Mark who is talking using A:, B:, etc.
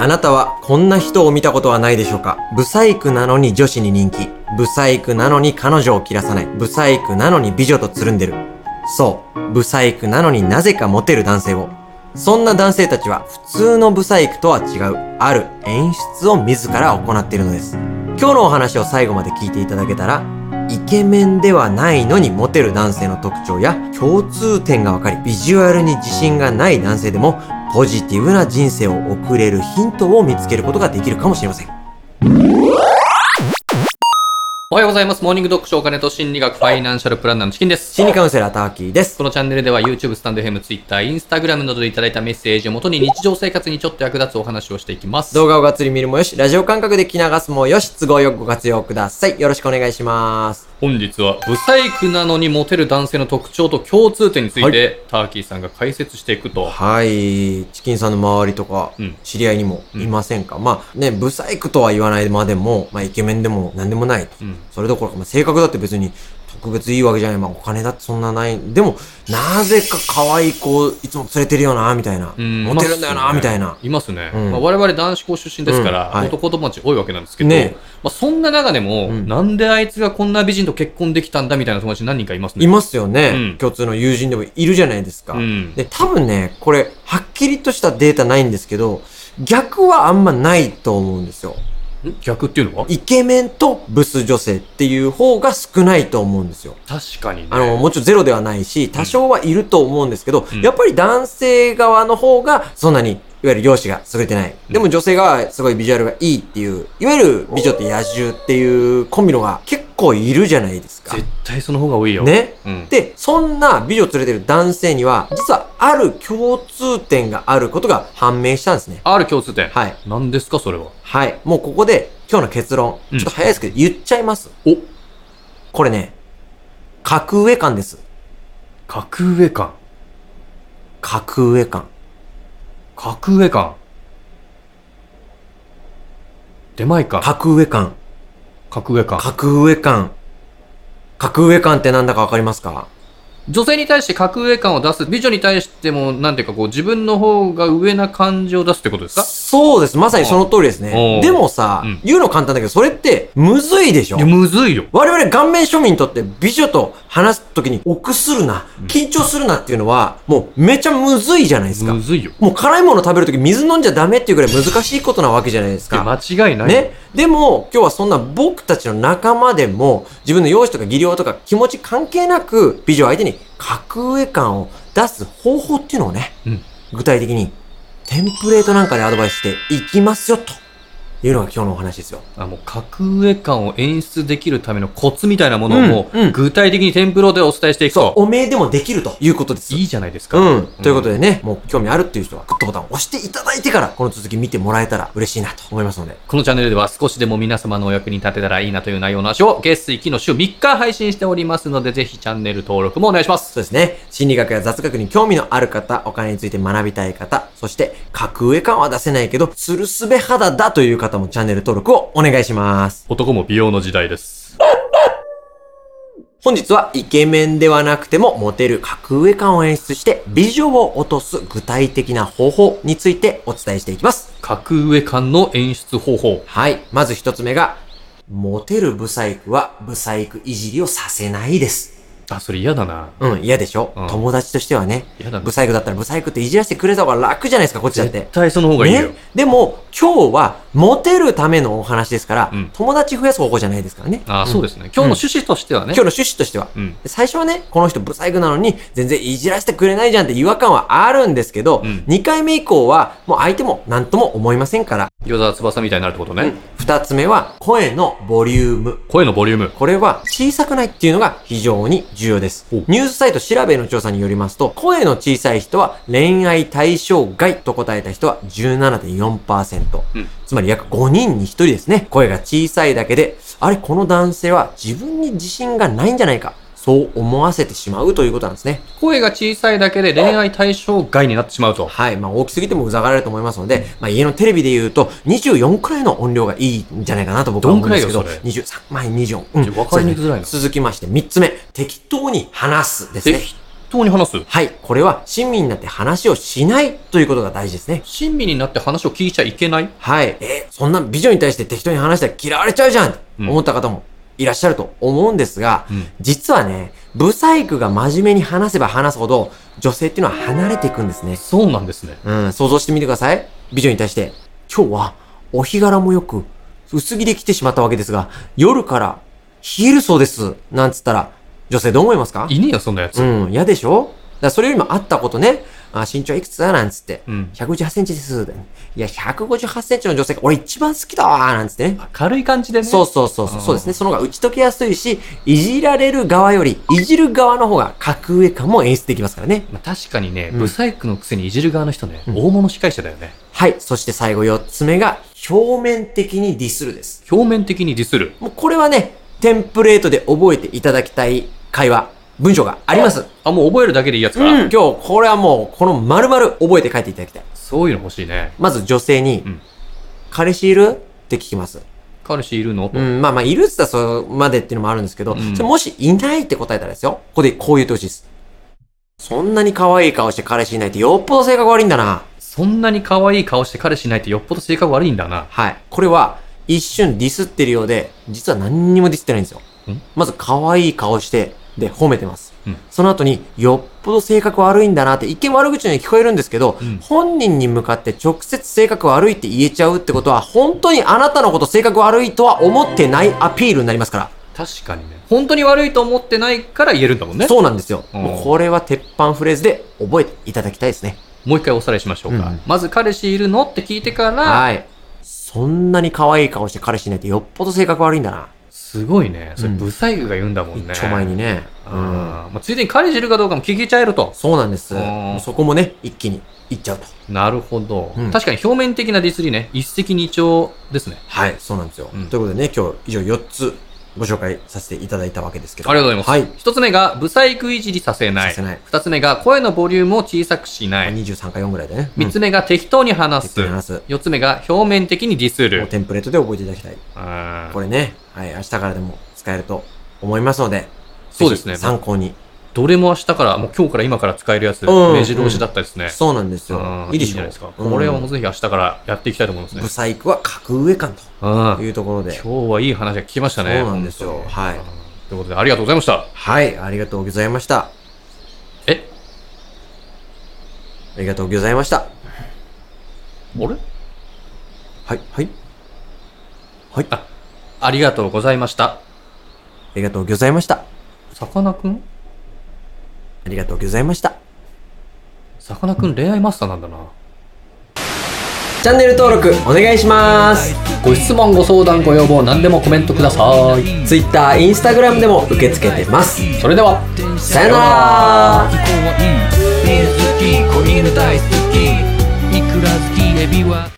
A: あなたはこんな人を見たことはないでしょうかブサイクなのに女子に人気。ブサイクなのに彼女を切らさない。ブサイクなのに美女とつるんでる。そう。ブサイクなのになぜかモテる男性を。そんな男性たちは普通のブサイクとは違う、ある演出を自ら行っているのです。今日のお話を最後まで聞いていただけたら、イケメンではないのにモテる男性の特徴や共通点がわかり、ビジュアルに自信がない男性でもポジティブな人生を送れるヒントを見つけることができるかもしれません。
B: おはようございます。モーニングドッグショーお金と心理学ファイナンシャルプランナーのチキンです。
A: 心理カウンセラーターキーです。
B: このチャンネルでは YouTube、スタンド FM、Twitter、Instagram などでいただいたメッセージをもとに日常生活にちょっと役立つお話をしていきます。
A: 動画をがっつり見るもよし、ラジオ感覚で聞き流すもよし、都合よくご活用ください。よろしくお願いします。
B: 本日は、ブサイクなのにモテる男性の特徴と共通点について、
A: は
B: ターキーさんが解説していくと。
A: はい、チキンさんの周りとか
B: うん、
A: 知り合いにもいませんか、まあね、ブサイクとは言わないまでも、まあイケメンでも何でもないと。
B: うん。
A: それどころか、まあ、性格だって別に特別いいわけじゃない。まあお金だってそんなない。でも、なぜか可愛い子をいつも連れてるよな、みたいな。
B: うん
A: モテるんだよな、みたいな。
B: いますね。
A: うん
B: まあ、我々男子校出身ですから、
A: うんはい
B: 男友達多いわけなんですけど、
A: ね
B: まあ、そんな中でも、
A: うん
B: なんであいつがこんな美人と結婚できたんだみたいな友達何人かいますね。
A: いますよね、
B: うん
A: 共通の友人でもいるじゃないですか。
B: うん。
A: で、多分ね、これ、はっきりとしたデータないんですけど、逆はあんまないと思うんですよ。
B: ん逆っていうのは
A: イケメンとブス女性っていう方が少ないと思うんですよ。
B: 確かにね。
A: あの、もちろんゼロではないし、多少はいると思うんですけど、
B: うん
A: やっぱり男性側の方が、そんなに、いわゆる容姿が優れてない。
B: うん
A: でも女性がすごいビジュアルがいいっていう、いわゆる美女と野獣っていうコンビのが結構いるじゃないですか
B: 絶。対その方が多いよ。。
A: ね。
B: うん。
A: で、そんな美女を連れてる男性には、実はある共通点があることが判明したんですね。
B: ある共通点。
A: はい。
B: 何ですか、それは。
A: はい。もうここで今日の結論、
B: うん
A: ちょっと早いですけど、言っちゃいます。
B: お
A: これね、格上感です。
B: 格上感。
A: 格上感。
B: 格上感。出前か。
A: 格上感。
B: 格上感。
A: 格上感。格上感ってなんだかわかりますか
B: 女性に対して格上感を出す。美女に対しても、なんていうかこう、自分の方が上な感じを出すってことですか
A: そうです。まさにその通りです
B: お
A: ね
B: う。
A: でもさ、
B: うん
A: 言うの簡単だけど、それって、むずいでしょ
B: いや、むずいよ。
A: 我々顔面庶民にとって美女と話すときに臆するな、緊張するなっていうのは、もうめちゃむずいじゃないですか
B: む。ずいよ。
A: もう辛いもの食べるとき水飲んじゃダメっていうくらい難しいことなわけじゃないです
B: いや
A: か。
B: 間違いない。
A: ね。でも、今日はそんな僕たちの仲間でも、自分の容姿とか技量とか気持ち関係なく、美女を相手に格上感を出す方法っていうのをね、
B: うん
A: 具体的にテンプレートなんかでアドバイスしていきますよ、というのが今日のお話ですよ。
B: あもう格上感を演出できるためのコツみたいなものをも
A: うんう
B: うん具体的にテンプロでお伝えしていくと、
A: おめえでもできるということです。
B: いいじゃないですか。
A: うん。ということでね、もう興味あるっていう人は、グッドボタンを押していただいてから、この続き見てもらえたら嬉しいなと思いますので。
B: このチャンネルでは少しでも皆様のお役に立てたらいいなという内容の話を月水金の週3日配信しておりますので、ぜひチャンネル登録もお願いします。
A: そうですね。心理学や雑学に興味のある方、お金について学びたい方、そして、格上感は出せないけど、つるすべ肌だという方もチャンネル登録をお願いします。
B: 男も美容の時代です。
A: 本日はイケメンではなくてもモテる格上感を演出して美女を落とす具体的な方法についてお伝えしていきます。
B: 格上感の演出方法。
A: はい。まず一つ目が、モテるブサイクはブサイクいじりをさせないです。
B: あ、それ嫌だな。
A: うん、嫌でしょ、
B: うん
A: 友達としてはね。
B: 嫌だな
A: ブ。サイクだったらブサイクっていじらせてくれた方が楽じゃないですか、こっちだって
B: 絶。対その方がいいよ。
A: ね。でも、今日は、モテるためのお話ですから、
B: うん
A: 友達増やす方法じゃないですからね。
B: あ、そうですね。今日の趣旨としてはね。
A: 今日の趣旨としては。
B: うん。
A: で最初はね、この人ブサイクなのに、全然いじらせてくれないじゃんって違和感はあるんですけど、
B: うん
A: 2回目以降は、もう相手も何とも思いませんから。
B: 餃子翼みたいになるってことね。
A: 2つ目は、声のボリューム。
B: 声のボリューム。
A: これは小さくないっていうのが非常に重要です。
B: お
A: ニュースサイト調べの調査によりますと、声の小さい人は恋愛対象外と答えた人は17.4%。
B: うん
A: つまり約5人に1人ですね。声が小さいだけで、あれ、この男性は自分に自信がないんじゃないか。そう思わせてしまうということなんですね。
B: 声が小さいだけで恋愛対象外になってしまうと。
A: はい。まあ、大きすぎてもうざがられると思いますので、まあ、家のテレビで言うと、24くらいの音量がいいんじゃないかなと僕は思うんですけど、
B: どんくらい
A: 23、まあ、24。うん。
B: 分かりにくづらいな
A: そうですね続きまして、3つ目。適当に話すですね。
B: 適当に話す
A: はい、これは親身になって話をしないということが大事ですね。
B: 親身になって話を聞いちゃいけない
A: はい。え、そんな美女に対して適当に話したら嫌われちゃうじゃんって思った方もいらっしゃると思うんですが、
B: うん
A: 実はね、ブサイクが真面目に話せば話すほど、女性っていうのは離れていくんですね。
B: そうなんですね。
A: うん、想像してみてください。美女に対して、今日はお日柄もよく、薄着で来てしまったわけですが、夜から冷えるそうです。なんつったら、女性どう思いますか
B: いねえよ、そんなや
A: う
B: つ。
A: ん、嫌でしょだからそれよりもあったことね、あ身長いくつだなんつって、
B: うん。
A: 158センチです。いや、158センチの女性が俺一番好きだわなんつってね。
B: 軽い感じでね。
A: そうそうそう
B: あ
A: そう。
B: ー
A: そうですね。その方が打ち解けやすいし、いじられる側より、いじる側の方が格上感も演出できますからね。
B: まあ確かにね、
A: うん
B: ブサイクのくせにいじる側の人ね、
A: うん
B: 大物司会者だよね。
A: はい。そして最後4つ目が、表面的にディスるです。
B: 表面的にディスる。
A: もうこれはね、テンプレートで覚えていただきたい会話、文章があります。
B: あ、もう覚えるだけでいいやつか。
A: 今日、これはもう、この丸々覚えて帰っていただきたい。
B: そういうの欲しいね。
A: まず女性に、
B: うん
A: 彼氏いるって聞きます。
B: 彼氏いるのと。
A: うん、まあまあ、いるっつったらそこまでっていうのもあるんですけど、
B: うん
A: それもしいないって答えたらですよ、ここでこう言ってほしいです。そんなに可愛い顔して彼氏いないってよっぽど性格悪いんだな。
B: そんなに可愛い顔して彼氏いないってよっぽど性格悪いんだな。
A: はい。これは、一瞬ディスってるようで、実は何にもディスってないんですよ
B: ん。
A: まず、可愛い顔して、で、褒めてます。
B: うん
A: その後に、よっぽど性格悪いんだなって、一見悪口のように聞こえるんですけど、
B: うん
A: 本人に向かって直接性格悪いって言えちゃうってことは、本当にあなたのこと性格悪いとは思ってないアピールになりますから。
B: 確かにね。本当に悪いと思ってないから言えるんだもんね。
A: そうなんですよ。
B: うん
A: もうこれは鉄板フレーズで覚えていただきたいですね。
B: もう一回おさらいしましょうか。
A: うん
B: まず彼氏いるのって聞いてから、
A: はい。そんなに可愛い顔して彼氏いないってよっぽど性格悪いんだな。
B: すごいね。それ
A: うん
B: ブサイクが言うんだもんね。
A: 一丁前にね。
B: う。
A: うんん。
B: まあ、ついでに彼氏いるかどうかも聞けちゃえると。
A: そうなんです。
B: うん
A: もうそこもね、一気にいっちゃうと。
B: なるほど。
A: うん
B: 確かに表面的なディスりね。一石二鳥ですね。
A: はい。そうなんですよ。
B: うん
A: ということでね、今日以上4つご紹介させていただいたわけですけど。
B: ありがとうござい
A: は
B: ます。一、つ目が、ブサイクいじりさせない
A: させない。
B: 二つ目が、声のボリュームを小さくしない。
A: 23か4ぐらいでね。
B: 三つ目が、適当に話す
A: うん。話す。
B: 四つ目が、表面的にディス
A: もう
B: る。
A: テンプレートで覚えていただきたい。
B: あー
A: これね、はい。明日からでも使えると思いますので。
B: そうですね
A: ぜひ参考に。
B: どれも明日から、もう今日から今から使えるやつ、
A: うん
B: 目白押しだったですね。
A: そうなんですよ
B: あ。ー
A: いいでしょ
B: じゃないですか。
A: うん
B: これはもうぜひ明日からやっていきたいと思いますね
A: ブ。サイクは格上感と
B: うん
A: いうところで。
B: 今日はいい話が聞きましたね。
A: そうなんですよ
B: 本当に
A: はい
B: うんということで、ありがとうございました。
A: はい、ありがとうございました。
B: え
A: ありがとうございました。
B: あれ
A: はい、はい。はい、あ
B: ありがとうございました。
A: りがとうございました。
B: さかなクン
A: ありがとうございました。
B: さかなクン恋愛マスターなんだな。
A: チャンネル登録お願いします。
B: ご質問、ご相談、ご要望、何でもコメントください。
A: Twitter、Instagram でも受け付けてます。
B: それでは。
A: さよなら
C: 以降はいい水好き子犬大好きいくら好きエビは